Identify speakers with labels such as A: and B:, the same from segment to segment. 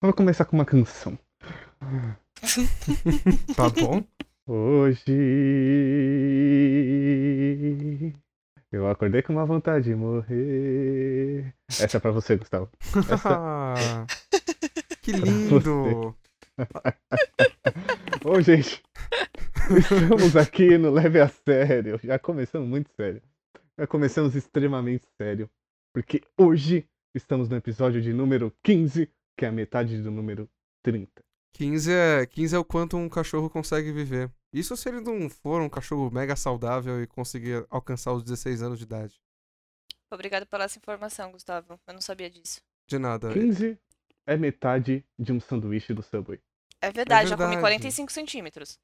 A: Vamos começar com uma canção.
B: Tá bom?
A: Hoje eu acordei com uma vontade de morrer. Essa é pra você, Gustavo. Essa...
B: que lindo!
A: Ô, gente, estamos aqui no Leve a Sério. Já começamos muito sério. Já começamos extremamente sério. Porque hoje estamos no episódio de número 15, que é a metade do número 30.
B: 15 é, 15 é o quanto um cachorro consegue viver. Isso se ele não for um cachorro mega saudável e conseguir alcançar os 16 anos de idade.
C: Obrigada pela essa informação, Gustavo. Eu não sabia disso.
B: De nada.
A: 15 é metade de um sanduíche do Subway.
C: É verdade, já comi
B: verdade.
C: 45 centímetros.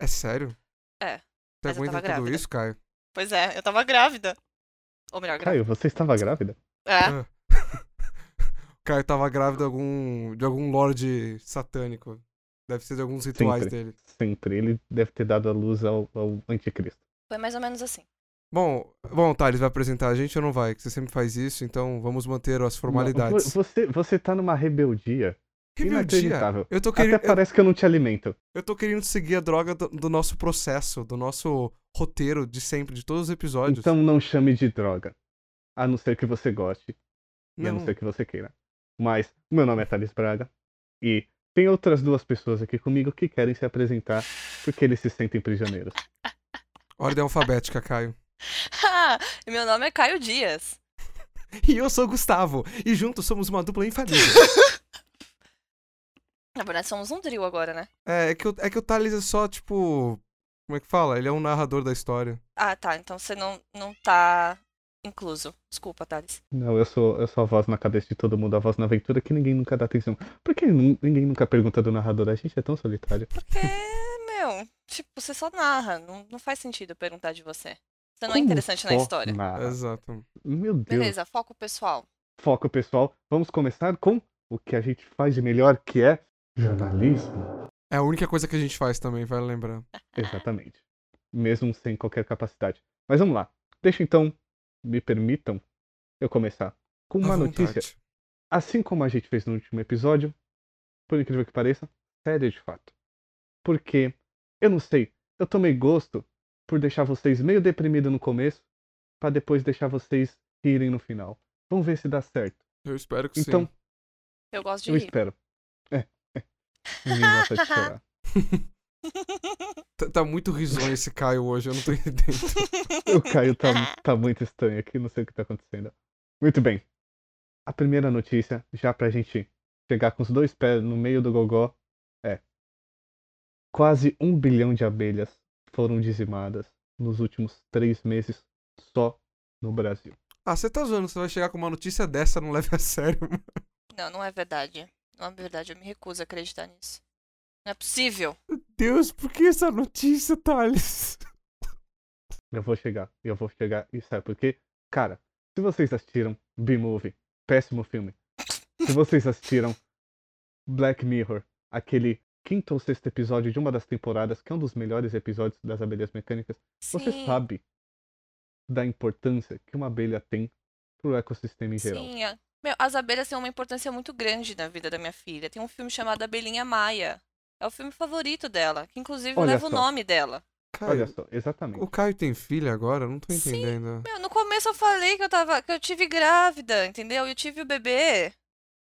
B: É sério?
C: É,
B: Você
C: mas eu
B: aguenta
C: tava
B: tudo
C: grávida.
B: isso, Caio?
C: Pois é, eu tava grávida. Ou melhor,
A: Caio,
C: grávida.
A: você estava grávida?
C: É,
B: Ah. Caio tava grávido de algum, de algum lorde satânico. Deve ser de alguns rituais
A: Sempre.
B: dele.
A: Sempre. Ele deve ter dado a luz ao, ao anticristo.
C: foi mais ou menos assim.
B: Bom, bom, Thales vai apresentar a gente ou não vai? Que você sempre faz isso, então vamos manter as
A: Vo-
B: formalidades.
A: Você, você tá numa rebeldia. inacreditável.
B: Eu tô, querendo,
A: Até parece que eu não te alimento.
B: eu tô querendo seguir a droga do, do nosso processo, do nosso roteiro de sempre, de todos os episódios.
A: Então não chame de droga. A não ser que você goste. E a
B: não,
A: não ser que você queira. Mas, meu nome é Thales Braga. E tem outras duas pessoas aqui comigo que querem se apresentar porque eles se sentem prisioneiros.
B: ordem alfabética, Caio.
C: Ah, meu nome é Caio Dias.
B: E eu sou o Gustavo, e juntos somos uma dupla infalível.
C: Na verdade, somos um trio agora, né?
B: é, é que, o- é que o Thales é só, tipo. Como é que fala? Ele é um narrador da história.
C: Ah, tá. Então você não, não tá incluso. Desculpa, Thales.
A: Não, eu sou, eu sou a voz na cabeça de todo mundo, a voz na aventura que ninguém nunca dá atenção. Por que nu- ninguém nunca pergunta do narrador? A gente é tão solitário.
C: Porque, meu, tipo, você só narra. Não, não faz sentido perguntar de você. Você não é
A: Como
C: interessante na
A: só
C: história.
A: narra?
B: Exato.
A: Meu Deus.
C: Beleza, foco pessoal.
A: Foco pessoal. Vamos começar com o que a gente faz de melhor, que é jornalismo.
B: É a única coisa que a gente faz também, vai lembrar.
C: Ah.
A: Exatamente. Mesmo sem qualquer capacidade. Mas vamos lá. Deixa então, me permitam eu começar com uma
B: À
A: notícia.
B: vontade.
A: Assim como a gente fez no último episódio, por incrível que pareça, séria de fato. Porque, eu não sei, eu tomei gosto por deixar vocês meio deprimidos no começo, pra depois deixar vocês rirem no final. Vamos ver se dá certo.
B: Eu espero que
A: Então,
B: sim.
C: Eu gosto de
A: eu
C: rir.
A: espero. É. Ninguém gosta de chorar.
B: Tá, tá muito risonho esse Caio hoje, eu não tô entendendo.
A: O Caio tá, tá muito estranho aqui, não sei o que tá acontecendo. Muito bem. A primeira notícia, já pra gente chegar com os dois pés no meio do gogó, é. Quase um bilhão de abelhas foram dizimadas nos últimos três meses só no Brasil.
B: Ah, você tá zoando, você vai chegar com uma notícia dessa, não leve a sério. mano.
C: Não, não é verdade. Não é verdade. Eu me recuso a acreditar nisso. Não é possível.
B: Deus, por que essa notícia, Thales?
A: Eu vou chegar, eu vou chegar e sabe por quê? Cara, se vocês assistiram B-Movie, péssimo filme. Se vocês assistiram Black Mirror, aquele quinto ou sexto episódio de uma das temporadas, que é um dos melhores episódios das abelhas mecânicas, você
C: Sim.
A: sabe da importância que uma abelha tem pro ecossistema em geral.
C: Sim, a- meu, as abelhas têm uma importância muito grande na vida da minha filha. Tem um filme chamado Abelhinha Maia. É o filme favorito dela, que inclusive
A: Olha
C: leva o
A: só.
C: nome dela.
A: Olha
B: Caio,
A: só, exatamente.
B: o Caio tem filha agora? Eu não tô
C: Sim.
B: entendendo.
C: Meu, no começo eu falei que eu tava, que eu tive grávida, entendeu? Eu tive o bebê.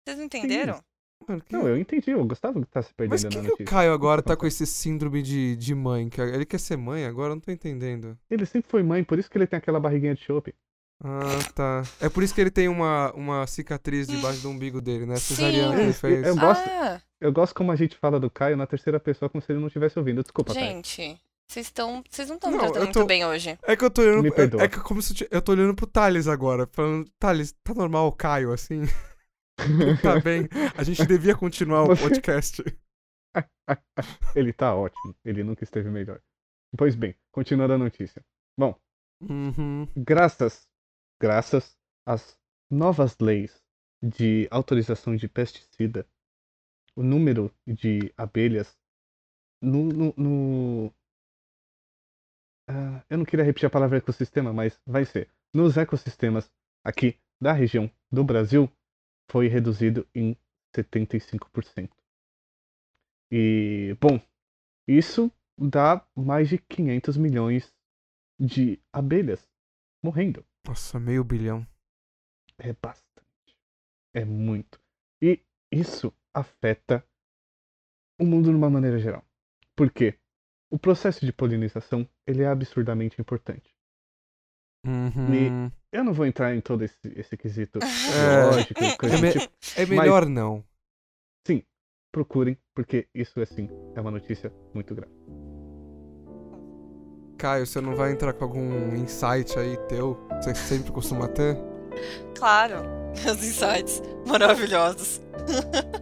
C: Vocês não entenderam?
B: Mano, que-
A: Não, eu entendi, eu gostava que tá se
B: Mas
A: perdendo
B: que,
A: na
B: que o
A: notícia.
B: Caio agora tá com esse síndrome de, de mãe? Que ele quer ser mãe agora? Eu não tô entendendo.
A: Ele sempre foi mãe, por isso que ele tem aquela barriguinha de chope.
B: Ah, tá. É por isso que ele tem uma, uma cicatriz debaixo do umbigo dele, né?
C: Sim.
B: Cesariana que ele fez.
A: É, Eu gosto-
C: Ah,
A: Eu gosto como a gente fala do Caio na terceira pessoa como se ele não estivesse ouvindo. Desculpa, Caio.
C: gente, vocês estão, vocês não estão me
B: Não, eu
C: tratando
B: tô-
C: muito bem hoje.
B: É que eu tô olhando.
A: Me perdoa.
B: é, é que como se eu, ti- eu tô olhando pro Thales agora. Falando, Thales, tá normal o Caio assim? tá bem. A gente devia continuar o
A: Você-
B: podcast.
A: Ele tá ótimo. Ele nunca esteve melhor. Pois bem, continuando a notícia.
B: Uhum.
A: Graças, graças às novas leis de autorização de pesticida, o número de abelhas no. no, no- Ah, eu não queria repetir a palavra ecossistema, mas vai ser. Nos ecossistemas aqui da região do Brasil foi reduzido em 75%. E, bom, isso dá mais de 500 milhões de abelhas morrendo.
B: Nossa, meio bilhão.
A: É bastante. É muito. E isso afeta o mundo de uma maneira geral. Por quê? O processo de polinização ele é absurdamente importante.
B: Uhum.
A: Eu não vou entrar em todo esse, esse quesito
B: É.
A: lógico, coisa do
B: me-
A: tipo.
B: É melhor não.
A: procurem, porque isso é sim, é uma notícia muito grave.
B: Caio, você não vai entrar com algum insight aí teu? que Você sempre costuma ter?
C: Claro, meus insights maravilhosos.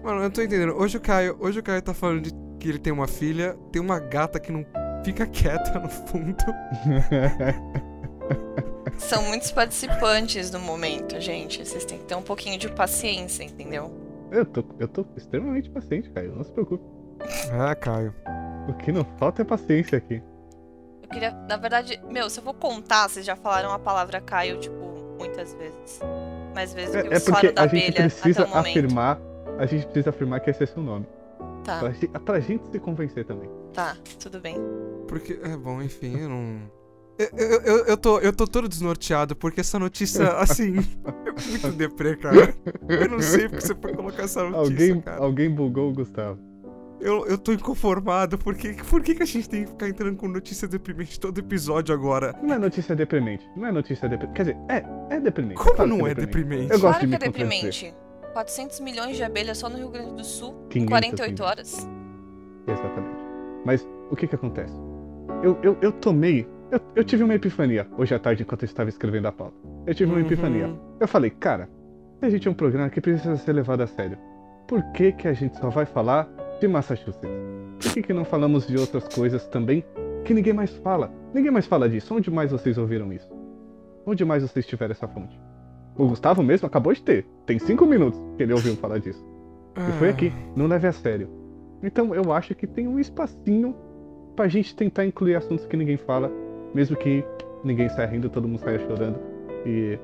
B: Mano, eu não tô entendendo. Hoje o Caio, hoje o Caio tá falando de que ele tem uma filha, tem uma gata que não fica quieta no fundo.
C: São muitos participantes no momento, gente. Vocês têm que ter um pouquinho de paciência, entendeu?
A: eu, tô, eu tô extremamente paciente, Caio, não se preocupe. É,
B: Ah, Caio.
A: O que não falta é paciência aqui.
C: Eu queria, na verdade, meu, se eu vou contar, vocês já falaram a palavra Caio, tipo, muitas vezes. Mais vezes do que
A: É,
C: o
A: é porque
C: suado da
A: a gente
C: abelha
A: precisa
C: até o momento.
A: afirmar, a gente precisa afirmar que esse é seu nome.
C: Tá,
A: Pra, gente, pra gente se convencer também.
C: tá, tudo bem.
B: Porque. É bom, enfim, eu não. Eu, eu, eu, eu tô, eu tô todo desnorteado, porque essa notícia, assim, é muito deprê, cara. Eu não sei porque você foi colocar essa notícia,
A: Alguém,
B: cara.
A: alguém bugou o Gustavo.
B: Eu, eu tô inconformado, porque por que, que a gente tem que ficar entrando com notícia deprimente todo episódio agora?
A: Não é notícia deprimente. Não é notícia deprimente. Quer dizer, é, é deprimente.
B: Como
A: claro que
B: não é deprimente?
A: Eu gosto
C: claro
A: de
C: que é
A: me convencer.
C: deprimente. 400 milhões de abelhas só no Rio Grande do Sul, em
A: 500
C: 48
A: mil.
C: horas.
A: assim. Exatamente. Mas o que que acontece? Eu, eu, eu tomei. Eu, eu tive uma epifania hoje à tarde enquanto eu estava escrevendo a pauta. Eu tive uma
B: Uhum.
A: epifania. Eu falei, cara, a gente é um programa que precisa ser levado a sério. Por que que a gente só vai falar de Massachusetts? Por que que não falamos de outras coisas também que ninguém mais fala? Ninguém mais fala disso. Onde mais vocês ouviram isso? Onde mais vocês tiveram essa fonte? O Gustavo mesmo acabou de ter. Tem cinco minutos que ele ouviu falar disso. E foi aqui,
B: Ah.
A: não leve a sério. Então eu acho que tem um espacinho pra gente tentar incluir assuntos que ninguém fala, mesmo que ninguém saia rindo, todo mundo saia chorando e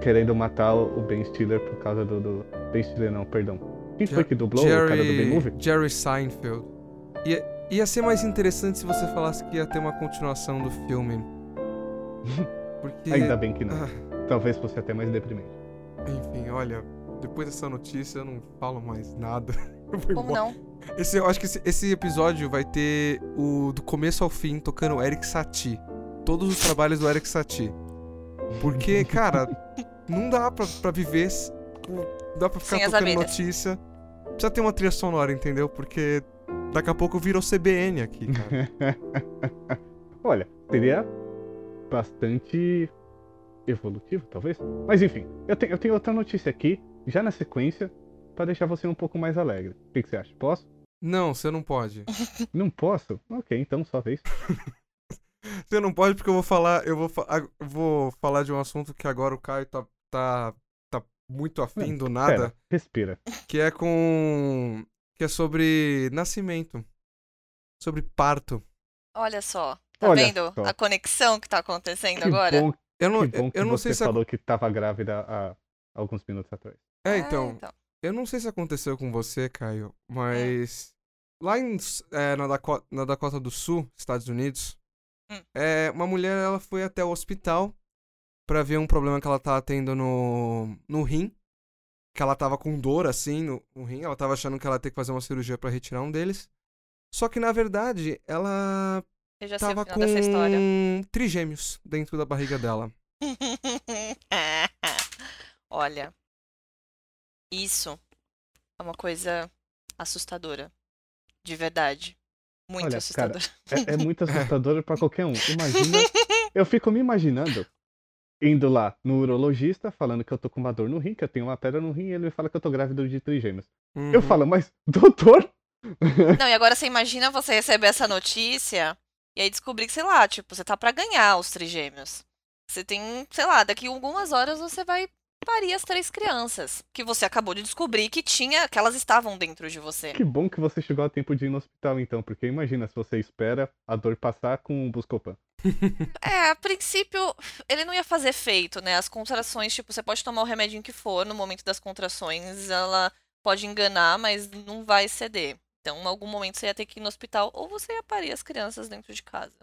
A: querendo matar o o Ben Stiller por causa do. do- Ben Stiller não, perdão. Quem foi
B: Jer-
A: que dublou o cara do B-Movie?
B: Jerry, Jerry Seinfeld. Ia, ia ser mais interessante se você falasse que ia ter uma continuação do filme. Porque.
A: Ainda bem que não.
B: Ah,
A: Talvez fosse até mais deprimente.
B: enfim, olha, depois dessa notícia eu não falo mais nada. Eu vou
C: Como
B: embora.
C: não?
B: Esse, eu acho que esse, esse episódio vai ter o do começo ao fim tocando Eric Satie. Todos os trabalhos do Eric Satie. Porque, cara, não dá pra, pra viver. s- com- Não dá pra ficar
C: Sem as
B: tocando
C: abelhas.
B: notícia. Precisa ter uma trilha sonora, entendeu? Porque daqui a pouco virou CBN aqui, cara.
A: Olha, seria bastante evolutivo, talvez. Mas enfim, eu, tenho- eu tenho outra notícia aqui, já na sequência, pra deixar você um pouco mais alegre. O que que você acha? Posso?
B: Não, você não pode.
A: Não posso? Ok, então só vez.
B: Você não pode porque eu vou falar. Eu vou, fa- ag- eu vou falar de um assunto que agora o Caio tá, tá, tá muito afim do nada.
A: Pera, respira.
B: que é com que é sobre nascimento, sobre parto.
C: Olha só. Tá
A: Olha
C: vendo
A: só.
C: a conexão que tá acontecendo
A: Que
C: agora?
A: bom,
B: Eu não,
A: que, bom que
B: eu não
A: você
B: sei se ac-
A: falou que tava grávida há alguns minutos atrás.
B: é,
C: Ah,
B: então, É. eu não sei se aconteceu com você, Caio, mas lá em, s- é, na, Dakota, na Dakota do Sul, Estados Unidos,
C: Hum.
B: é, uma mulher ela foi até o hospital pra ver um problema que ela tava tendo no no rim, que ela tava com dor assim no, no rim, ela tava achando que ela ia ter que fazer uma cirurgia pra retirar um deles. Só que na verdade, ela
C: Eu já sei o
B: tava
C: final dessa história.
B: com trigêmeos dentro da barriga dela.
C: Olha. Isso é uma coisa assustadora. De verdade. Muito
A: Olha, cara,
C: assustadora.
A: É, é muito assustador pra qualquer um. Imagina. Eu fico me imaginando indo lá no urologista falando que eu tô com uma dor no rim, que eu tenho uma pedra no rim, e ele me fala que eu tô grávida de trigêmeos. Eu
B: Uhum.
A: falo, mas doutor?
C: Não, e agora você imagina você receber essa notícia e aí descobrir que, sei lá, tipo, você tá pra ganhar os trigêmeos. Você tem, um, sei lá, daqui a algumas horas você vai parir as três crianças que você acabou de descobrir que tinha, que elas estavam dentro de você.
A: Que bom que você chegou a tempo de ir no hospital então, porque imagina se você espera a dor passar com um Buscopan.
C: É, a princípio, ele não ia fazer efeito, né? As contrações, tipo, você pode tomar o remedinho que for, no momento das contrações, ela pode enganar, mas não vai ceder. Então, em algum momento você ia ter que ir no hospital ou você ia parir as crianças dentro de casa.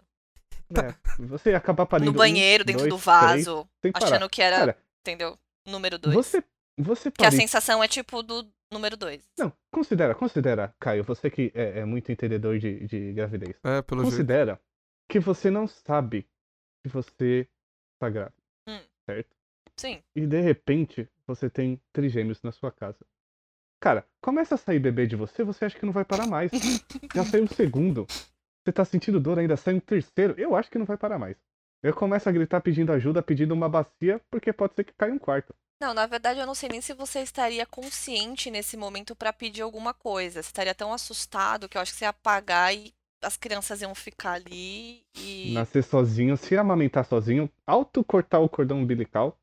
A: É, você ia acabar um, parindo.
C: no banheiro, dentro do vaso, achando que era,
A: Cara,
C: entendeu? Número
A: que
C: dois.
A: você, você
C: Que a
A: parir.
C: sensação é tipo do número dois.
A: Não, considera, considera, Caio, você que é, é muito entendedor de, de gravidez.
B: É, pelo jeito.
A: Considera que você não sabe que você tá grávida.
C: Hum.
A: Certo?
C: Sim.
A: E de repente, você tem trigêmeos na sua casa. Cara, começa a sair bebê de você, você acha que não vai parar mais. Já saiu um segundo. Você tá sentindo dor ainda, sai um terceiro. Eu acho que não vai parar mais. Eu começo a gritar pedindo ajuda, pedindo uma bacia, porque pode ser que caia um quarto.
C: Não, na verdade eu não sei nem se você estaria consciente nesse momento pra pedir alguma coisa. Você estaria tão assustado que eu acho que você ia apagar e as crianças iam ficar ali e.
A: Nascer sozinho, se amamentar sozinho, autocortar o cordão umbilical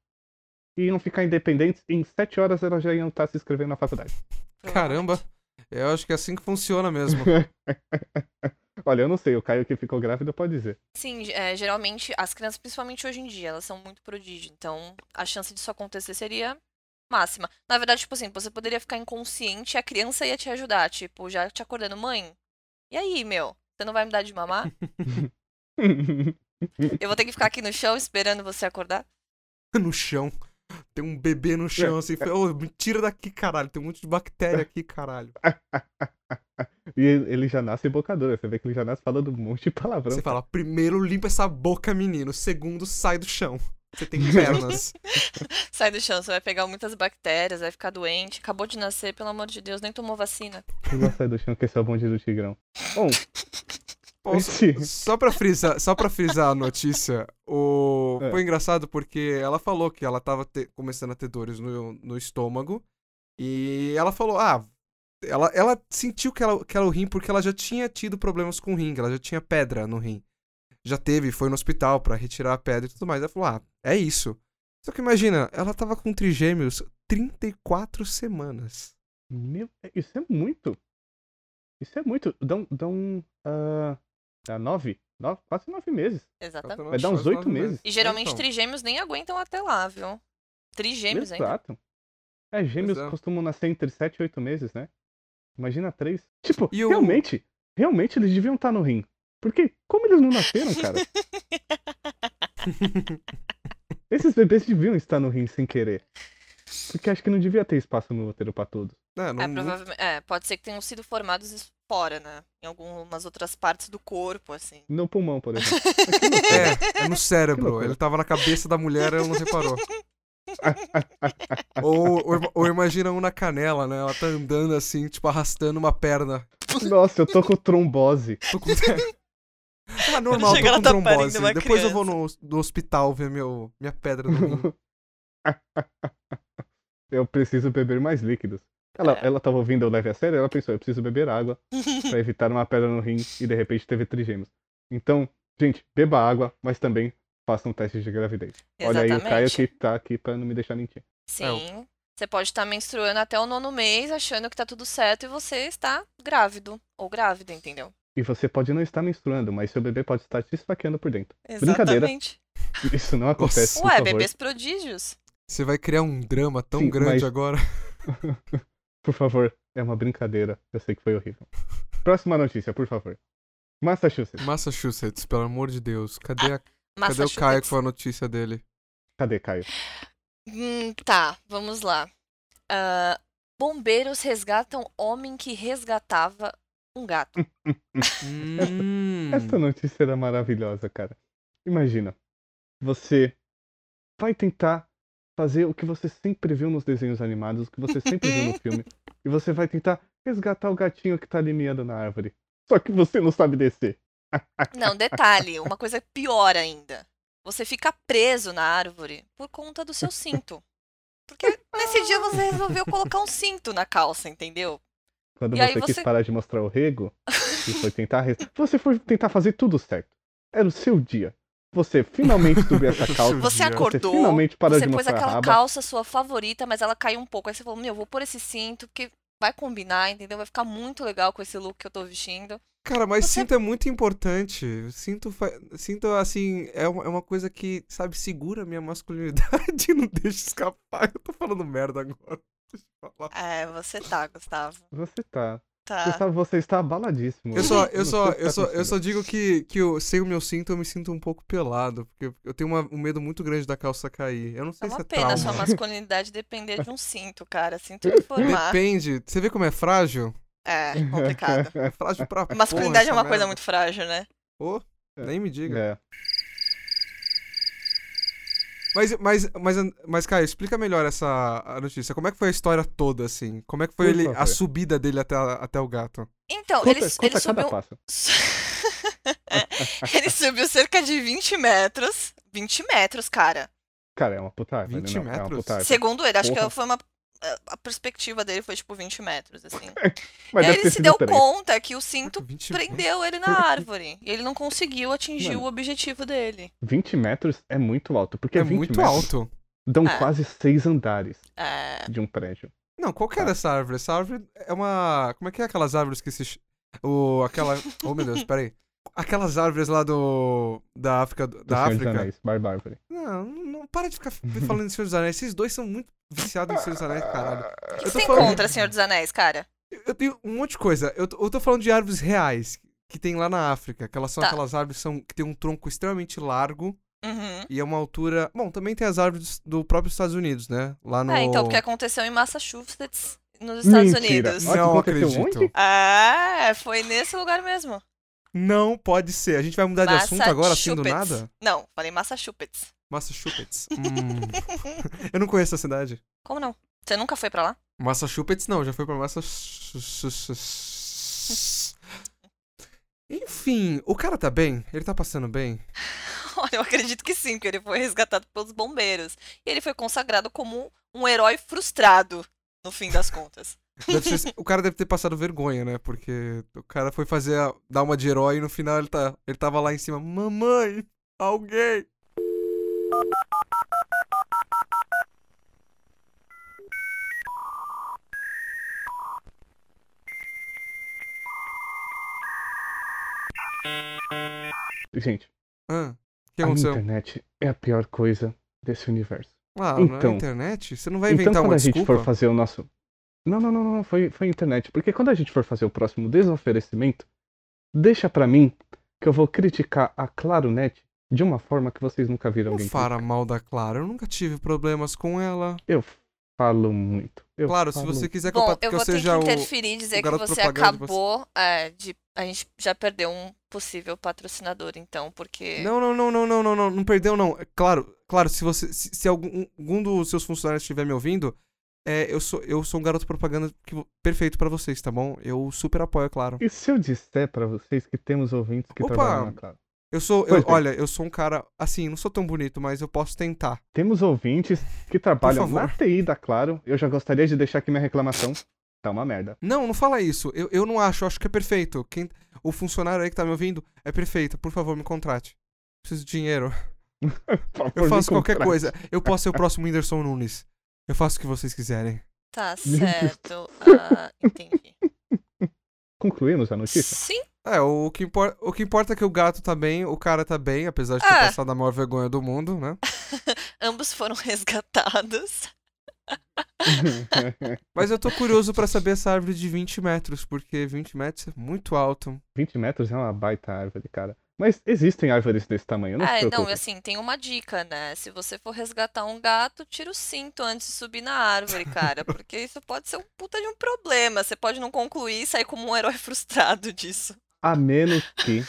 A: e iam ficar independentes. E em sete horas elas já iam estar se inscrevendo na faculdade.
B: Caramba, eu acho que é assim que funciona mesmo.
A: Olha, eu não sei, o Caio que ficou grávido pode dizer.
C: Sim, é, geralmente as crianças, principalmente hoje em dia, elas são muito prodígio, então a chance disso acontecer seria máxima. Na verdade, tipo assim, você poderia ficar inconsciente e a criança ia te ajudar, tipo, já te acordando, mãe, e aí, meu? Você não vai me dar de mamar? Eu vou ter que ficar aqui no chão esperando você acordar?
B: no chão. Tem um bebê no chão, assim.
A: É.
B: Ô, me tira daqui, caralho. Tem um monte de bactéria aqui, caralho.
A: E ele ele já nasce bocador, você vê que ele já nasce falando um monte de palavrão.
B: Você fala, primeiro limpa essa boca, menino. Segundo, sai do chão. Você tem pernas.
C: Sai do chão, você vai pegar muitas bactérias, vai ficar doente. Acabou de nascer, pelo amor de Deus, nem tomou vacina.
A: Pula, sai do chão que esse é o bonde do tigrão. Bom,
B: Bom,
A: esse...
B: Só pra frisar, só pra frisar a notícia, o...
A: É.
B: foi engraçado porque ela falou que ela tava te- começando a ter dores no, no estômago e ela falou, ah, ela, ela sentiu que ela, que era o rim porque ela já tinha tido problemas com o rim, que ela já tinha pedra no rim. Já teve, foi no hospital pra retirar a pedra e tudo mais. Ela falou, ah, é isso. Só que imagina, ela tava com trigêmeos 34 semanas.
A: Meu, isso é muito. Isso é muito. Dá um. Dá, um, ah, dá nove, nove? Quase nove meses.
B: tá
C: Exatamente.
A: Vai dar uns
B: Quase nove
A: oito meses.
C: Tá E geralmente
B: Então.
C: trigêmeos nem aguentam até lá, viu? Trigêmeos ainda.
A: Exato. É, gêmeos
B: é.
A: costumam nascer entre sete e oito meses, né? Imagina três. Tipo,
B: E o-
A: realmente, realmente eles deviam estar no rim. Porque como eles não nasceram, cara? Esses bebês deviam estar no rim sem querer. Porque acho que não devia ter espaço no útero pra todos.
B: É,
C: É,
B: não- não-
C: provavelmente, é, pode ser que tenham sido formados es- fora, né? Em algumas outras partes do corpo, assim.
A: No pulmão, por exemplo.
B: É, é no
A: Que
B: cérebro.
A: loucura.
B: Ele tava na cabeça da mulher e ela não reparou. ou, ou, ou imagina um na canela, né? Ela tá andando assim, tipo, arrastando uma perna.
A: Nossa, eu tô com trombose.
B: Tô com... ah, normal, tô
C: Chega, ela
B: com
C: tá
B: trombose.
C: parindo uma
B: Depois eu vou no, no hospital ver meu, minha pedra no rim.
A: Eu preciso beber mais líquidos. Ela,
C: É.
A: ela tava ouvindo eu leve a sério, ela pensou, eu preciso beber água pra evitar uma pedra no rim e de repente teve trigêmeos. Então, gente, beba água, mas também faça um teste de gravidez. Olha aí o Caio que tá aqui pra não me deixar mentir.
C: Sim. Você pode estar menstruando até o nono mês, achando que tá tudo certo e você está grávido. Ou grávida, entendeu?
A: E você pode não estar menstruando, mas seu bebê pode estar te esfaqueando por dentro. Brincadeira.
C: Exatamente.
A: Isso não acontece, por
C: Ué,
A: favor.
C: bebês prodígios.
B: Você vai criar um drama tão
A: Sim,
B: grande
A: mas-
B: agora.
A: Por favor, é uma brincadeira. Eu sei que foi horrível. Próxima notícia, por favor. Massachusetts.
B: Massachusetts, pelo amor de Deus. Cadê, a- cadê o
C: Ah, Massachusetts.
B: Caio com a notícia dele?
A: Cadê, Caio?
C: Hum, tá, vamos lá. Ah, bombeiros resgatam homem que resgatava um gato.
B: Hum,
A: Essa notícia era maravilhosa, cara. Imagina, você vai tentar fazer o que você sempre viu nos desenhos animados, o que você sempre viu no filme, e você vai tentar resgatar o gatinho que tá ali miando na árvore. Só que você não sabe descer.
C: Não, detalhe, uma coisa pior ainda. Você fica preso na árvore por conta do seu cinto. Porque nesse dia você
A: Ah.
C: resolveu colocar um cinto na calça, entendeu?
A: Quando
C: E aí
A: você quis
C: você-
A: parar de mostrar o rego e foi tentar. Res... Você foi tentar fazer tudo certo. Era o seu dia. Você finalmente subiu essa calça.
C: Você
B: Meu Deus.
A: Você
C: acordou,
A: finalmente parou
C: você
A: de
C: pôs
A: mostrar a
C: aquela
A: raba.
C: calça sua favorita, mas ela caiu um pouco. Aí você falou, meu, eu vou pôr esse cinto, porque vai combinar, entendeu? Vai ficar muito legal com esse look que eu tô vestindo.
B: Cara, mas
C: Você-
B: cinto é muito importante. Cinto, fa... cinto assim, é uma, é uma coisa que, sabe, segura a minha masculinidade e não deixa escapar. Eu tô falando merda agora. falar.
C: É, você tá, Gustavo.
A: Você tá.
C: Tá.
A: Gustavo, você está abaladíssimo.
B: Eu só,
A: Não
B: eu só,
A: sei o que
B: eu
A: tá
B: só, eu
A: acontecendo.
B: só digo que, que eu, sem o meu cinto, eu me sinto um pouco pelado. Porque eu- eu tenho uma- um medo muito grande da calça cair. Eu não
C: É
B: sei se
C: uma
B: é
C: pena
B: trauma.
C: sua masculinidade depender de um cinto, cara. Sinto informar.
B: Depende. Você vê como é frágil?
C: É,
A: Uhum.
C: complicado.
B: É frágil pra porra
C: Masculinidade é
B: essa
C: uma coisa
B: merda.
C: muito frágil, né?
B: Nem me diga.
A: É.
B: Mas, mas, mas, mas, Caio, explica melhor essa a notícia. Como é que foi a história toda, assim? Como é que foi
A: Por
B: ele, a
A: favor.
B: subida dele até, a- até o gato?
C: Então,
A: Conta,
C: ele,
A: conta
C: ele
A: cada
C: subiu.
A: passo.
C: ele subiu cerca de 20 metros. 20 metros, cara.
A: Cara, é uma putada.
B: 20
A: não, É uma
B: metros?
A: putada.
C: Segundo ele, acho
A: Porra.
C: que foi uma. a- A perspectiva dele foi tipo 20 metros, assim.
A: Mas
C: e aí
A: deve
C: ele
A: ter
C: se
A: sido
C: deu
A: três. Tipo,
C: conta que o
A: Ah,
C: cinto
B: 20
C: prendeu ele na árvore. E ele não conseguiu atingir
A: Mano.
C: o objetivo dele.
A: 20 metros é muito alto, porque
B: É
A: 20
B: muito
A: metros
B: alto.
A: dão
C: É.
A: quase seis andares
C: É.
A: de um prédio.
B: Não, qual que era
A: Tá.
B: essa árvore? Essa árvore é uma. Como é que é aquelas árvores que se. ch- O, aquela. Oh, meu Deus, peraí. Aquelas árvores lá do. Da África. do-
A: Do
B: Da
A: Senhor dos
B: África.
A: Anéis, Barbárvore.
B: Não, não para de ficar falando em Senhor dos Anéis. Vocês dois são muito viciados em Senhor dos Anéis, caralho.
C: O que
B: Eu
C: que
B: tô
C: você
B: falando-
C: encontra, Senhor dos Anéis, cara?
B: Eu tenho um monte de coisa. Eu, tô- eu tô falando de árvores reais que tem lá na África. Que elas são
C: Tá.
B: aquelas árvores que são, que tem um tronco extremamente largo
C: Uhum.
B: e é uma altura. Bom, também tem as árvores do próprio Estados Unidos, né? Lá no.
C: É, então, porque aconteceu em Massachusetts, nos Estados
A: Ah, Mentira.
C: Unidos.
A: Olha,
B: Não
A: aconteceu
B: acredito.
A: onde?
C: Ah, foi nesse lugar mesmo.
B: Não pode ser. A gente vai mudar de assunto agora, assim do nada?
C: Não, falei Massachusetts.
B: Massachusetts. Hum. eu não conheço a cidade.
C: Como não? Você nunca foi pra lá?
B: Massachusetts não, já foi pra Massachusetts. Enfim, o cara tá bem? Ele tá passando bem?
C: Olha, eu acredito que sim, porque ele foi resgatado pelos bombeiros. E ele foi consagrado como um herói frustrado, no fim das contas.
B: Deve ser- o cara deve ter passado vergonha, né? Porque o cara foi fazer a- dar uma de herói e no final ele, tá, ele tava lá em cima. Mamãe, alguém.
A: Gente,
B: Ah, o que
A: a
B: aconteceu?
A: internet é a pior coisa desse universo.
B: Ah,
A: Então.
B: na internet? Você não vai
A: Então,
B: inventar
A: quando
B: uma
A: a gente
B: desculpa?
A: for fazer o nosso. Não, não, não, não, não, foi, foi a internet. Porque quando a gente for fazer o próximo desoferecimento, deixa pra mim que eu vou criticar a ClaroNet de uma forma que vocês nunca viram
B: Não
A: alguém
B: fala
A: criticar.
B: mal da Clara, eu nunca tive problemas com ela.
A: Eu falo muito. Eu
B: Claro, se
A: falo
B: você quiser que eu,
C: Bom,
B: pa- que
C: eu
B: eu
C: vou ter que
B: seja o.
C: interferir e dizer que
B: garoto
C: você
B: propaganda de você.
C: acabou é, de. A gente já perdeu um possível patrocinador, então, porque.
B: Não, não, não, não, não, não, não, não perdeu, não. É Claro, claro, se você. Se, se algum, um, algum dos seus funcionários estiver me ouvindo, é, eu, sou, eu sou um garoto propaganda que vo- perfeito pra vocês, tá bom? Eu super apoio, é claro.
A: E se eu disser pra vocês que temos ouvintes que
B: Opa!
A: trabalham na Claro?
B: Eu sou. eu-
A: Pois bem.
B: olha, eu sou um cara. Assim, não sou tão bonito, mas eu posso tentar.
A: Temos ouvintes que trabalham
B: Por
A: na
B: favor.
A: TI da Claro. Eu já gostaria de deixar aqui minha reclamação. Tá uma merda.
B: Não, não fala isso. Eu, eu não acho, eu acho que é perfeito. Quem, o funcionário aí que tá me ouvindo é perfeito. Por favor, me contrate. Preciso de dinheiro.
A: Por favor,
B: Eu
A: me
B: faço qualquer
A: contrate.
B: coisa. Eu posso ser o próximo Whindersson Nunes. Eu faço o que vocês quiserem.
C: Tá
A: Meu Deus.
C: certo. Ah, entendi.
A: Concluímos a notícia?
C: Sim,
B: É, o que, impor- o que importa é que o gato tá bem, o cara tá bem, apesar de ter
C: Ah.
B: passado a maior vergonha do mundo, né?
C: ambos foram resgatados.
B: Mas eu tô curioso pra saber essa árvore de 20 metros, porque 20 metros é muito alto.
A: 20 metros é uma baita árvore, cara. Mas existem árvores desse tamanho, não
C: ah,
A: se
C: não,
A: preocupe.
C: assim, tem uma dica, né? Se você for resgatar um gato, tira o cinto antes de subir na árvore, cara. Porque isso pode ser um puta de um problema. Você pode não concluir e sair como um herói frustrado disso.
A: A menos que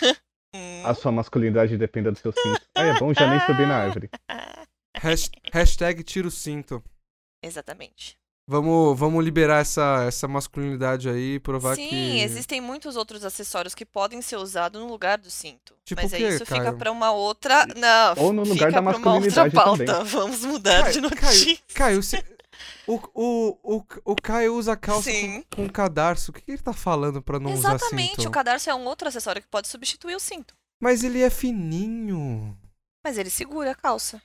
C: Hum.
A: a sua masculinidade dependa do seu cinto. Aí é bom já nem subir na árvore.
C: É Ah,
B: Hasht- Hashtag tira o cinto.
C: Exatamente.
B: Vamos, vamos liberar essa, essa masculinidade aí e provar
C: Sim,
B: que...
C: existem muitos outros acessórios que podem ser usados no lugar do cinto.
B: Tipo
C: Mas
B: o
C: aí
B: quê,
C: isso fica
B: Caio?
C: pra uma outra. Não,
A: Ou no lugar
C: fica
A: da
C: pra uma outra
A: masculinidade também.
C: pauta. Vamos mudar de
B: Caio,
C: notícia.
B: Caio, Caio, se- o, o, o, o Caio usa calça
C: Sim.
B: com, com cadarço. O que que ele tá falando pra não usar
C: Exatamente,
B: cinto?
C: o cadarço é um outro acessório que pode substituir o cinto.
B: Mas ele é fininho.
C: Mas ele segura a calça.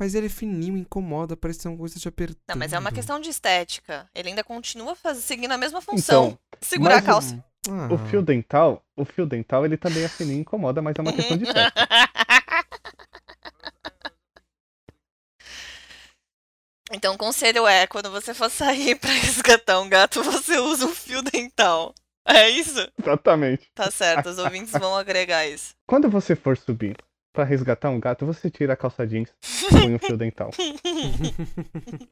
B: Mas ele é fininho, incomoda, parece ser uma coisa de apertando.
C: Não, mas é uma questão de estética. Ele ainda continua faz- seguindo a mesma
A: Então,
C: função. segurar a
A: mas o-
C: calça.
B: Ah.
A: um Então, O fio dental, o fio dental, ele também assim nem incomoda, mas é uma questão
C: Uhum.
A: de técnica.
C: Então, o conselho é: quando você for sair pra resgatar um gato, você usa um fio dental. É isso?
A: Exatamente.
C: Tá certo, os ouvintes vão agregar isso.
A: Quando você for subir pra resgatar um gato, você tira a calça jeans e põe um fio dental.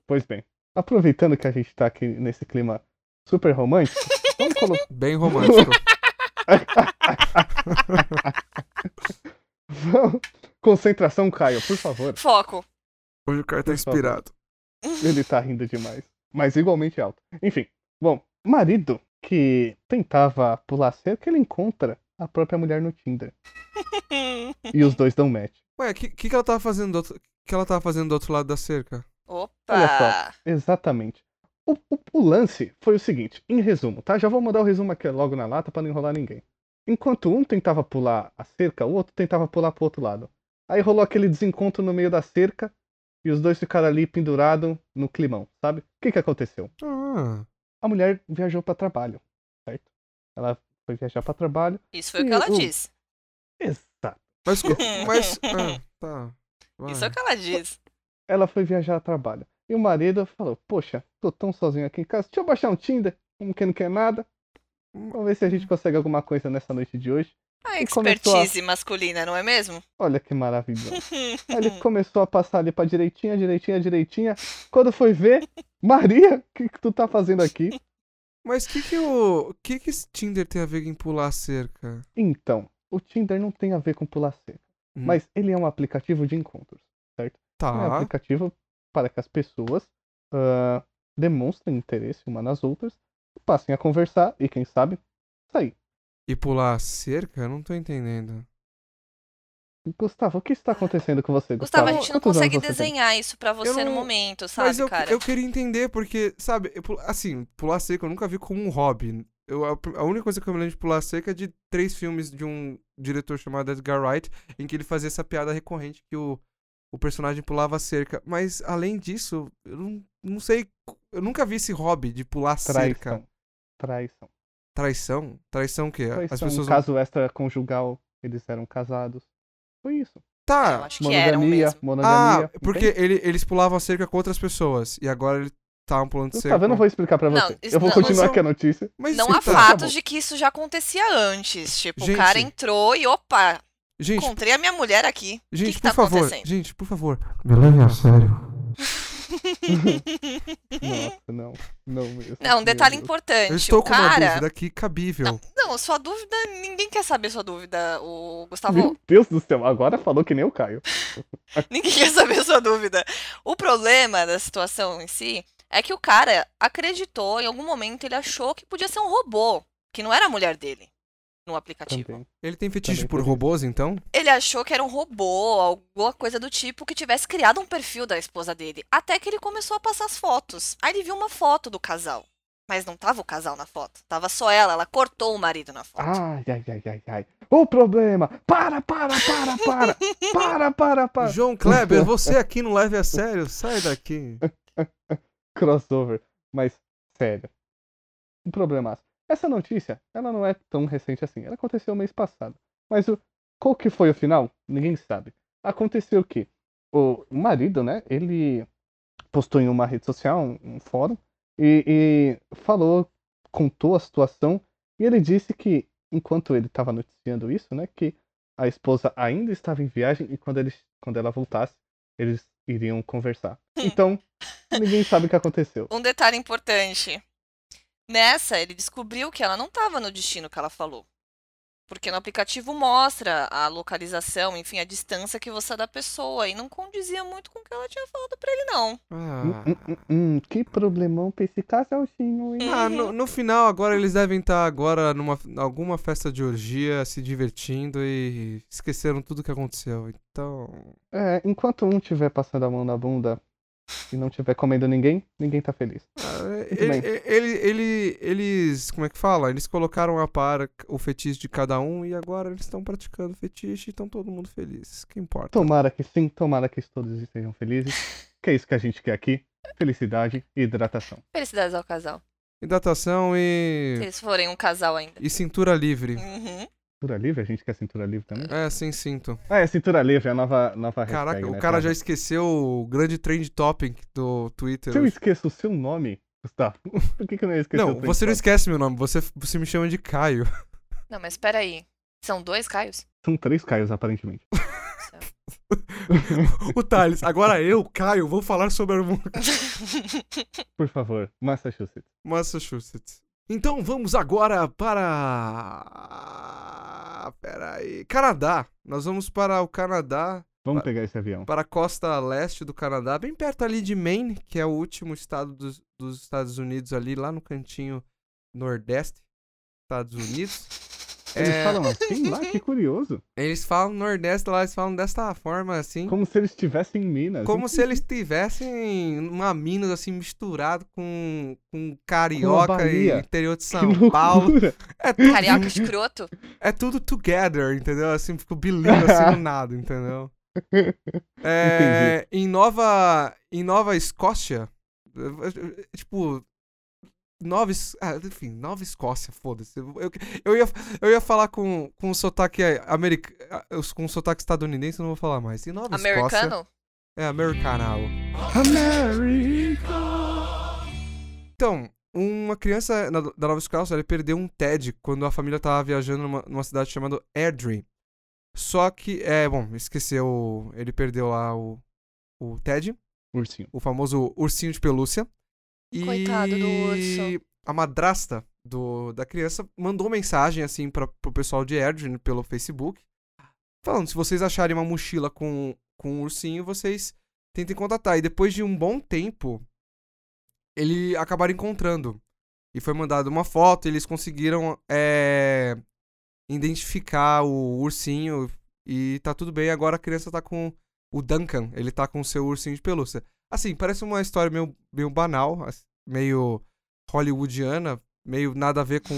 A: Pois bem, aproveitando que a gente tá aqui nesse clima super romântico, vamos colocar.
B: Bem romântico.
A: Vamos- Concentração, Caio, por favor.
C: Foco.
B: Hoje o cara tá
A: Por favor.
B: inspirado.
A: Ele tá rindo demais. Mas igualmente alto. Enfim. Bom, marido que tentava pular cerca, ele encontra a própria mulher no Tinder. E os dois dão match.
B: Ué, o que, que, que ela tava fazendo do outro... que ela tava fazendo do outro lado da cerca?
C: Opa!
A: Exatamente. O, o- o lance foi o seguinte, em resumo, tá? Já vou mandar o resumo aqui logo na lata pra não enrolar ninguém. Enquanto um tentava pular a cerca, o outro tentava pular pro outro lado. Aí rolou aquele desencontro no meio da cerca e os dois ficaram ali pendurados no climão, sabe? O que que aconteceu?
B: Ah,
A: A mulher viajou pra trabalho, certo? Ela foi viajar pra trabalho.
C: Isso foi o que ela
A: Hum, hum.
C: disse.
A: Exato.
B: mas. co- mas ah, tá. Vai.
C: Isso é o que ela disse.
A: Ela foi viajar a trabalho. E o marido falou: Poxa, tô tão sozinho aqui em casa. Deixa eu baixar um Tinder, como que não quer nada. Vamos ver se a gente consegue alguma coisa nessa noite de hoje.
C: A
A: E começou a-
C: expertise masculina, não é mesmo?
A: Olha que maravilhoso. Aí ele começou a passar ali pra direitinha, direitinha, direitinha. Quando foi ver, Maria, o que, que tu tá fazendo aqui?
B: Mas que que o que que esse Tinder tem a ver em pular a cerca?
A: Então, o Tinder não tem a ver com pular cerca,
B: Hum,
A: mas ele é um aplicativo de encontros. É um
B: tá.
A: aplicativo para que as pessoas ah, demonstrem interesse umas nas outras, passem a conversar e, quem sabe, sair.
B: E pular a cerca? Eu não tô entendendo.
A: Gustavo, o que está acontecendo com você, Gustavo?
C: Gustavo, a gente não
A: Quantos anos
C: consegue
A: você tem?
C: desenhar isso pra você no
B: não-
C: momento,
B: mas
C: sabe,
B: eu,
C: cara?
B: eu queria entender porque, sabe, eu pu- assim, pular a cerca eu nunca vi como um hobby. Eu, a, pr- a única coisa que eu me lembro de pular a cerca é de três filmes de um diretor chamado Edgar Wright, em que ele fazia essa piada recorrente que o, o personagem pulava a cerca. Mas além disso, eu não, não sei, co- eu nunca vi esse hobby de pular a cerca.
A: Traição. Traição.
B: Traição? Traição o quê? As
A: Traição.
B: pessoas
A: Um
B: não-
A: caso extraconjugal, eles eram casados. Foi isso.
B: Tá.
C: Eu acho que eram
A: Monogamia,
C: mesmo.
A: monogamia.
B: Ah, porque ele- eles pulavam a cerca com outras pessoas. E agora eles estavam pulando cerca.
A: Gustavo, Tá eu não vou explicar pra
C: Não,
A: você.
C: isso
A: eu vou
C: não-
A: continuar
B: mas
A: aqui a notícia.
B: Mas
C: Não há
B: então,
A: acabou.
C: fatos de que isso já acontecia antes. Tipo,
B: Gente.
C: o cara entrou e opa,
B: Gente,
C: encontrei a minha mulher aqui.
B: gente,
C: que
B: por
C: tá
B: favor.
C: acontecendo?
B: Gente, por favor. Me leve a sério.
A: Nossa, não. Não mesmo.
C: Não, um
A: Meu
C: detalhe
A: Deus.
C: importante.
B: Eu estou
C: o
B: com uma
C: cara.
B: dúvida aqui cabível.
C: Não, sua dúvida, ninguém quer saber sua dúvida, o Gustavo.
A: Meu Deus do céu, agora falou que nem o Caio.
C: ninguém quer saber sua dúvida. O problema da situação em si é que o cara acreditou, em algum momento ele achou que podia ser um robô, que não era a mulher dele no aplicativo.
A: Também.
B: Ele tem fetiche
A: Também
B: por
A: tem
B: robôs, então?
C: Ele achou que era um robô, alguma coisa do tipo, que tivesse criado um perfil da esposa dele. Até que ele começou a passar as fotos. Aí ele viu uma foto do casal. Mas não tava o casal na foto. Tava só ela. Ela cortou o marido na foto.
A: Ai, ai, ai, ai, ai. O problema! Para, para, para, para! Para, para, para!
B: João Kleber, você aqui não leve a sério. Sai daqui.
A: Crossover. Mas, sério. Um problemaço. Essa notícia, ela não é tão recente assim. Ela aconteceu mês passado. Mas o, qual que foi o final? Ninguém sabe. Aconteceu que o marido, né? Ele postou em uma rede social, um, um fórum, e, e falou, contou a situação. E ele disse que, enquanto ele estava noticiando isso, né? Que a esposa ainda estava em viagem e quando, eles, quando ela voltasse, eles iriam conversar. Então, ninguém sabe o que aconteceu.
C: Um detalhe importante. Nessa, ele descobriu que ela não tava no destino que ela falou. Porque no aplicativo mostra a localização, enfim, a distância que você é da pessoa. E não condizia muito com o que ela tinha falado pra ele, não.
B: Ah,
A: Hum, hum, hum, hum, que problemão pra esse casalzinho, hein?
B: Ah, no, no final, agora eles devem estar agora numa alguma festa de orgia, se divertindo e esqueceram tudo que aconteceu. Então.
A: É, enquanto um tiver passando a mão na bunda e não tiver comendo ninguém, ninguém tá feliz.
B: Ah,
A: Muito
B: Ele,
A: bem.
B: ele- ele- eles, como é que fala? Eles colocaram a par o fetiche de cada um e agora eles estão praticando o fetiche e estão todo mundo feliz. Que importa.
A: Tomara que sim, tomara que todos estejam felizes. Que é isso que a gente quer aqui. Felicidade e hidratação.
C: Felicidades ao casal.
B: Hidratação
C: Se
B: e,
C: eles forem um casal ainda.
B: e cintura livre.
C: Uhum.
A: Cintura livre? A gente quer cintura livre também?
B: É, sem cinto.
A: Ah, é cintura livre, é a nova, nova
B: Caraca,
A: hashtag,
B: o
A: né,
B: cara já
A: cara?
B: esqueceu o grande trend topic do Twitter.
A: Se eu esqueço o seu nome, Gustavo, por que, que eu não esqueci
B: Não, você não esquece meu nome, você, você me chama de Caio.
C: Não, mas peraí. São dois Caios?
A: São três Caios, aparentemente.
B: o Thales, agora eu, Caio, vou falar sobre a hormônio-
A: Por favor, Massachusetts.
B: Massachusetts. Então vamos agora para. Peraí. Canadá. Nós vamos para o Canadá,
A: Vamos
B: Pa-
A: pegar esse avião.
B: para a costa leste do Canadá, bem perto ali de Maine, que é o último estado dos, dos Estados Unidos, ali lá no cantinho nordeste dos Estados Unidos.
A: Eles
B: É,
A: falam assim lá, que curioso.
B: Eles falam nordeste lá, eles falam desta forma assim.
A: Como assim? se eles estivessem em Minas.
B: Como se eles tivessem uma Minas assim misturado com, com carioca e
A: Bahia.
B: interior de
A: Que
B: São Paulo.
A: loucura.
B: É tudo,
C: Carioca escroto?
B: é tudo together, entendeu? Assim, ficou bilíngue assim do nada, entendeu? É, em Nova em Nova Escócia, eh, eh, tipo Nova, Es- ah, enfim, Nova Escócia, foda-se. Eu, eu- eu ia, eu ia falar com, com o sotaque eh, americano, com o sotaque estadunidense, eu não vou falar mais. Em Nova Escócia,
C: Americano?
B: é americano.
A: America.
B: Então, uma criança na- da Nova Escócia, ele perdeu um TED quando a família tava viajando numa, numa cidade chamada Airdrie. Só que, é, bom, esqueceu, ele perdeu lá o, o TED,
A: Ursinho.
B: o famoso ursinho de pelúcia. E
C: Coitado do urso.
B: a madrasta do, da criança mandou mensagem, assim, pra, pro pessoal de Airdrie pelo Facebook, falando, se vocês acharem uma mochila com, com um ursinho, vocês tentem contatar. E depois de um bom tempo, ele acabaram encontrando. E foi mandada uma foto, eles conseguiram é, identificar o ursinho e tá tudo bem. Agora a criança tá com o Duncan, ele tá com o seu ursinho de pelúcia. Assim, parece uma história meio, meio banal, as- meio hollywoodiana, meio nada a ver com,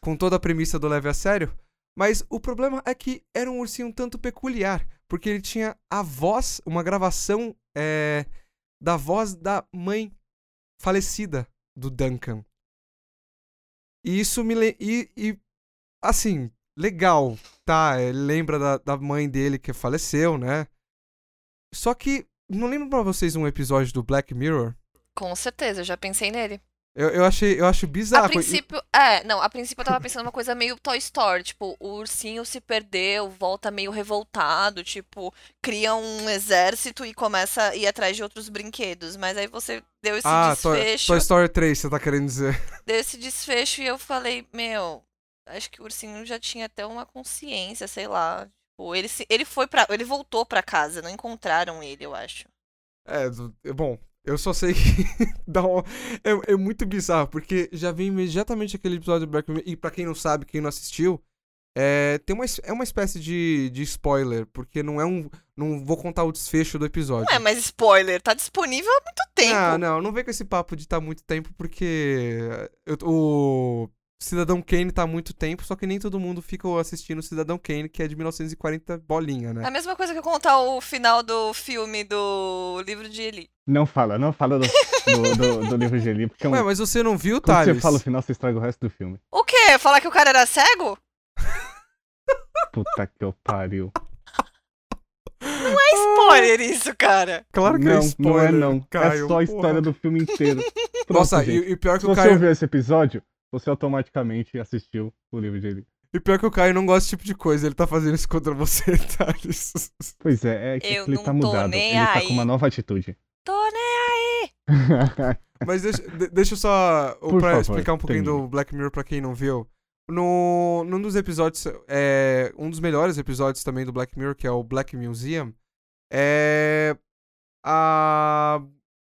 B: com toda a premissa do Leve a Sério. Mas o problema é que era um ursinho um tanto peculiar, porque ele tinha a voz, uma gravação é, da voz da mãe falecida do Duncan. E isso me. le- E, e, assim, legal, tá? Ele lembra da, da mãe dele que faleceu, né? Só que. Não lembro pra vocês um episódio do Black Mirror?
C: Com certeza, eu já pensei nele.
B: Eu, eu achei eu acho bizarro.
C: a princípio, é, não, a princípio eu tava pensando uma coisa meio Toy Story, tipo, o ursinho se perdeu, volta meio revoltado, tipo, cria um exército e começa a ir atrás de outros brinquedos. Mas aí você deu esse
B: ah, Toy,
C: desfecho,
B: Toy Story 3, você tá querendo dizer.
C: deu esse desfecho e eu falei, meu, acho que o ursinho já tinha até uma consciência, sei lá. Tipo, ele se, ele foi para, ele voltou pra casa, não encontraram ele, eu acho.
B: É, do- bom, eu só sei que dá um- é, é muito bizarro, porque já vi imediatamente aquele episódio do Black Mirror, e pra quem não sabe, quem não assistiu, é, tem uma, es- é uma espécie de, de spoiler, porque não é um... Não vou contar o desfecho do episódio.
C: Não é, mas spoiler, tá disponível há muito tempo.
B: Não, Ah, não, não vem com esse papo de tá muito tempo, porque eu- o Cidadão Kane tá há muito tempo, só que nem todo mundo fica assistindo o Cidadão Kane, que é de 1940 bolinha, né?
C: É a mesma coisa que eu contar o final do filme do livro de Eli.
A: Não fala, não fala do, do, do- do livro de Eli, porque é um-
B: Ué, mas você não viu,
A: quando
B: Thales?
A: você fala o final, você estraga o resto do filme.
C: O quê? Falar que o cara era cego?
A: Puta que eu pariu.
B: Ah.
C: É spoiler isso, cara.
B: Claro que
A: não,
B: é spoiler,
A: não é não.
B: Caio,
A: é só a
B: porra.
A: história do filme inteiro. Pronto,
B: Nossa,
A: gente.
B: e, e pior que
A: Se
B: o
A: você
B: Caio,
A: ouviu esse episódio, você automaticamente assistiu o livro de Eli.
B: e pior que o Caio não gosta desse tipo de coisa, ele tá fazendo isso contra você, Thales.
A: Pois é, é que
C: Eu
A: ele
C: não
A: tá
C: tô
A: mudado.
C: nem
A: Ele tá
C: aí.
A: com uma nova atitude.
C: Tô nem aí.
B: Mas deixa, de- deixa eu só.
A: Por
B: pra
A: favor,
B: explicar um pouquinho
A: termine.
B: do Black Mirror pra quem não viu. No, num dos episódios. É, um dos melhores episódios também do Black Mirror, que é o Black Museum. É. A.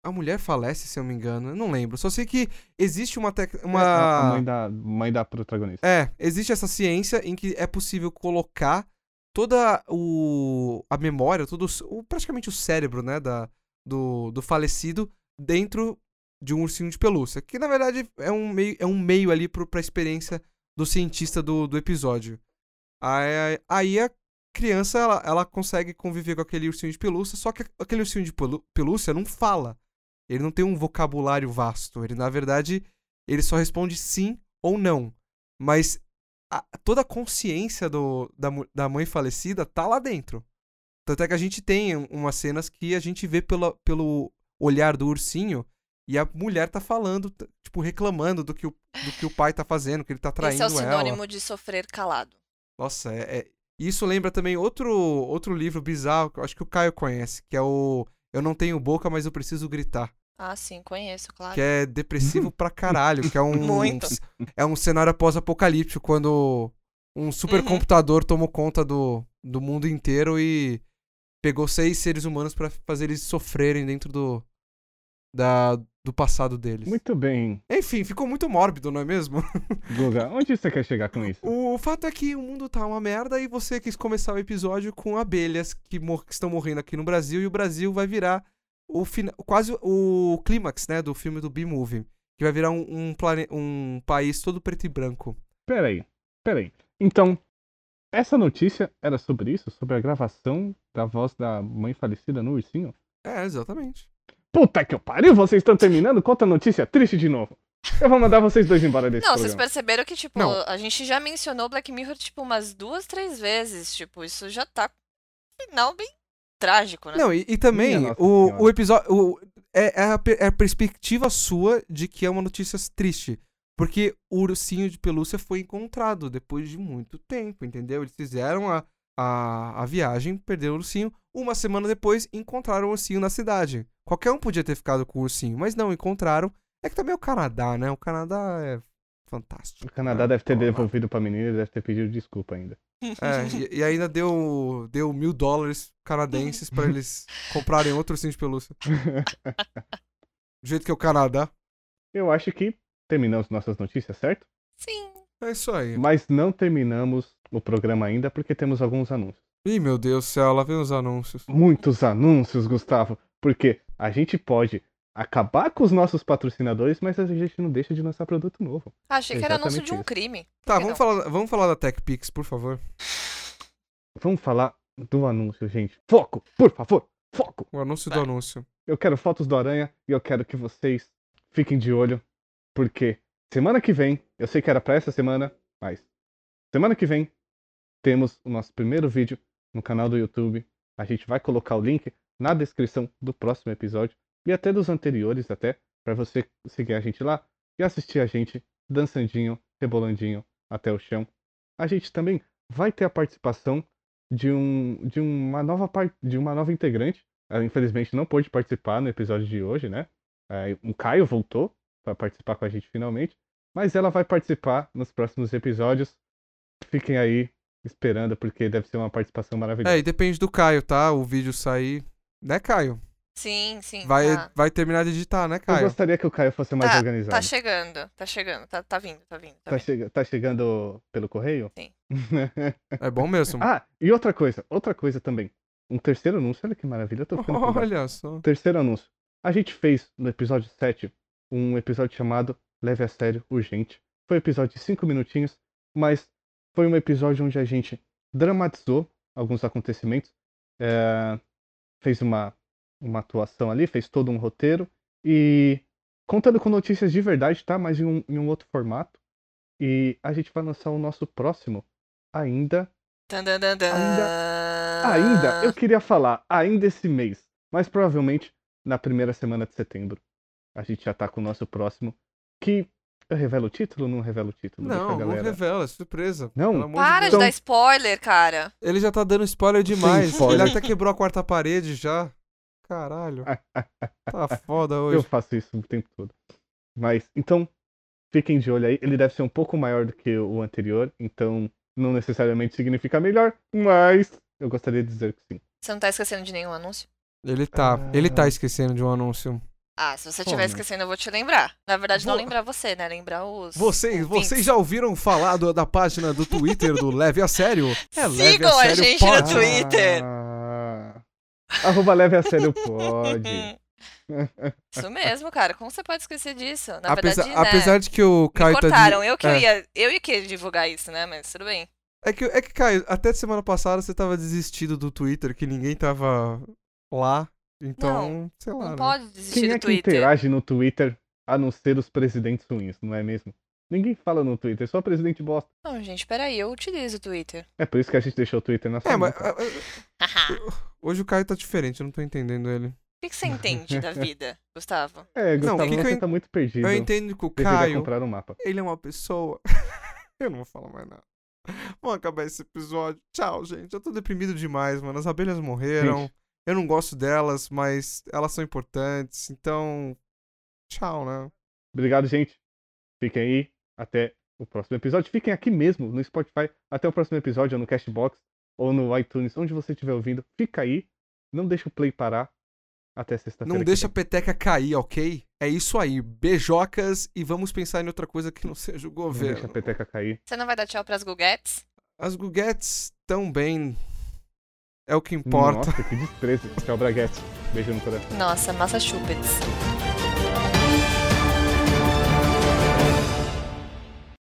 B: A mulher falece, se eu me engano. Eu não lembro. Só sei que existe uma. Tec, uma...
A: É, A a mãe da, mãe da protagonista.
B: É, existe essa ciência em que é possível colocar toda o, a memória, todo o c- o, praticamente o cérebro, né, da, do, do falecido dentro de um ursinho de pelúcia, que na verdade é um meio, é um meio ali pro, pra experiência do cientista do, do episódio. Aí, aí a criança, ela, ela consegue conviver com aquele ursinho de pelúcia, só que aquele ursinho de pelu- pelúcia não fala. Ele não tem um vocabulário vasto. Ele, na verdade, ele só responde sim ou não. Mas a- toda a consciência do, da, mu- da mãe falecida tá lá dentro. Tanto é que a gente tem um- umas cenas que a gente vê pela, pelo olhar do ursinho e a mulher tá falando, t- tipo, reclamando do que o, do que o pai tá fazendo, que ele tá traindo
C: Esse é o
B: ela.
C: sinônimo de sofrer calado.
B: Nossa, é, é- isso lembra também outro, outro livro bizarro que eu acho que o Caio conhece, que é o Eu Não Tenho Boca, Mas Eu Preciso Gritar,
C: Ah, sim, conheço, claro.
B: que é depressivo pra caralho, que é um,
C: Muito.
B: é um cenário pós-apocalíptico, quando um supercomputador tomou conta do, do mundo inteiro e pegou seis seres humanos pra fazer eles sofrerem dentro do, da, do passado deles.
A: Muito bem,
B: Enfim, ficou muito mórbido, não é mesmo?
A: Guga. Onde você quer chegar com isso?
B: O fato é que o mundo tá uma merda e você quis começar o episódio com abelhas que, mor- que estão morrendo aqui no Brasil e o Brasil vai virar o fina- quase o clímax, né, do filme do B-Movie, que vai virar um, um plane- um país todo preto e branco.
A: Peraí, peraí. Então, essa notícia era sobre isso? Sobre a gravação da voz da mãe falecida no ursinho?
B: É, exatamente.
A: Puta que eu pariu, vocês estão terminando? Conta a notícia triste de novo. Eu vou mandar vocês dois embora desse
C: Não, vocês
A: programa.
C: perceberam que, tipo,
B: Não.
C: a gente já mencionou Black Mirror, tipo, umas duas, três vezes. Tipo, isso já tá um final bem trágico, né?
B: Não, e, e também
A: Minha Nossa
B: o,
A: Senhora.
B: o episódio o- é, é a, per- é a perspectiva sua de que é uma notícia triste. Porque o ursinho de pelúcia foi encontrado depois de muito tempo, entendeu? Eles fizeram a, a, a viagem, perderam o ursinho. Uma semana depois, encontraram o ursinho na cidade. Qualquer um podia ter ficado com o ursinho, mas não, encontraram. É que também é o Canadá, né? O Canadá é fantástico.
A: O Canadá
B: né?
A: deve ter
B: Vamos lá.
A: devolvido pra menina e deve ter pedido desculpa ainda.
B: É, e, e ainda deu, deu mil dólares canadenses pra eles comprarem outro ursinho de pelúcia. Do jeito que é o Canadá.
A: Eu acho que terminamos nossas notícias, certo?
C: Sim.
B: É isso aí.
A: Mas não terminamos o programa ainda porque temos alguns anúncios.
B: Ih, meu Deus do céu, lá vem os anúncios.
A: Muitos anúncios, Gustavo, porque a gente pode acabar com os nossos patrocinadores, mas a gente não deixa de lançar produto novo.
C: Ah, achei que era anúncio de um
A: Exatamente
C: crime. Por
B: Tá,
C: que
B: vamos falar, vamos falar da TechPix, por favor.
A: Vamos falar do anúncio, gente. Foco, por favor, foco.
B: O anúncio do
C: Vai.
B: anúncio.
A: Eu quero fotos do Aranha e eu quero que vocês fiquem de olho, porque semana que vem, eu sei que era pra essa semana, mas semana que vem temos o nosso primeiro vídeo no canal do YouTube. A gente vai colocar o link na descrição do próximo episódio e até dos anteriores até, pra você seguir a gente lá e assistir a gente dançandinho, rebolandinho até o chão. A gente também vai ter a participação de um de uma nova par- de uma nova integrante ela infelizmente não pôde participar no episódio de hoje, né? É, o Caio voltou para participar com a gente finalmente, mas ela vai participar nos próximos episódios. Fiquem aí esperando, porque deve ser uma participação maravilhosa.
B: É, e depende do Caio, tá? O vídeo sair. Né, Caio?
C: Sim, sim.
B: Vai,
C: tá.
B: vai terminar de editar, né,
A: Eu
B: Caio?
A: gostaria que o Caio fosse mais
C: Tá,
A: organizado.
C: Tá chegando, tá chegando, tá, tá vindo, tá vindo.
A: Tá
C: Tá vindo.
A: chega- tá chegando pelo correio?
C: Sim.
B: É bom mesmo.
A: ah, e outra coisa, outra coisa também. Um terceiro anúncio, olha que maravilha, eu tô ficando com
B: Olha só.
A: Terceiro anúncio. A gente fez no episódio 7 um episódio chamado Leve a Sério Urgente. Foi um episódio de 5 minutinhos, mas foi um episódio onde a gente dramatizou alguns acontecimentos, eh, fez uma, uma atuação ali, fez todo um roteiro e contando com notícias de verdade, tá? Mas em um, em um outro formato. E a gente vai lançar o nosso próximo ainda
C: Tan, tan, tan, tan. Ah.
A: Ainda, eu queria falar, ainda esse mês, mas provavelmente na primeira semana de setembro. A gente já tá com o nosso próximo. Que. Eu revelo o título ou não revelo o título? Deixa a
B: Não, não
A: galera.
B: revela, é surpresa.
A: Não.
B: Pelo amor de
C: Para
B: Deus.
C: de dar spoiler, cara.
B: Ele já tá dando spoiler demais.
A: spoiler.
B: Ele até quebrou a quarta parede já. Caralho. Tá foda
A: Eu
B: hoje.
A: faço isso o tempo todo. Mas, então, fiquem de olho aí. Ele deve ser um pouco maior do que o anterior, então não necessariamente significa melhor, mas eu gostaria de dizer que sim.
C: Você não tá esquecendo de nenhum anúncio?
B: Ele tá, ele tá esquecendo de um anúncio.
C: Ah, se você
A: Pô,
C: estiver
A: né?
C: esquecendo, eu vou te lembrar. Na verdade, não
B: Vou-
C: lembrar você, né? Lembrar os.
B: Vocês,
C: ouvintes.
B: vocês já ouviram falar do- da página do Twitter do Leve a Sério?
C: Sigam a gente no
B: pode.
C: Twitter.
A: Ah, arroba leve a sério pode.
C: Isso mesmo, cara. Como você pode esquecer disso? Na
B: Apesar,
C: verdade, né?
B: apesar de que o
C: Me
B: Caio tá de-
C: cortaram. Eu que eu
B: é.
C: ia. Eu ia querer divulgar isso, né? Mas tudo bem.
B: É que, é que, Caio, até semana passada você tava desistido do Twitter, que ninguém tava lá. Então, sei lá.
C: Não
B: né?
C: pode desistir
A: Quem é
C: do
A: que
C: Twitter.
A: interage no Twitter a não ser os presidentes ruins, não é mesmo? Ninguém fala no Twitter, só presidente bosta.
C: Não, gente, peraí, eu utilizo o Twitter.
A: É por isso que a gente deixou o Twitter na sua
B: É,
A: mão,
B: mas
A: cara.
B: ah, ah, hoje o Caio tá diferente, eu não tô entendendo ele.
C: O que, que você entende da vida, Gustavo?
A: É,
B: Não,
A: Gustavo,
B: o que que eu
A: você
B: en-
A: tá muito perdido.
B: Eu entendo que o
A: Deveria
B: Caio,
A: comprar um mapa.
B: ele é uma pessoa. eu não vou falar mais nada. Vamos acabar esse episódio. Tchau, gente. Eu tô deprimido demais, mano. As abelhas morreram.
A: Gente,
B: Eu não gosto delas, mas elas são importantes. Então, tchau, né?
A: obrigado, gente. Fiquem aí. Até o próximo episódio. Fiquem aqui mesmo, no Spotify. Até o próximo episódio, ou no Cashbox, ou no iTunes, onde você estiver ouvindo. Fica aí. Não deixa o play parar. Até sexta-feira.
B: Não
A: Tá que
B: deixa a
A: vem.
B: peteca cair, ok? É isso aí. Beijocas e vamos pensar em outra coisa que não seja o
A: Não
B: governo.
A: deixa a peteca cair.
C: Você não vai dar tchau pras Guguetes?
B: As guguetes também. É o que importa.
A: Nossa, que desprezo. Tchau, Braguete. Beijo no coração.
C: Nossa, Massachusetts.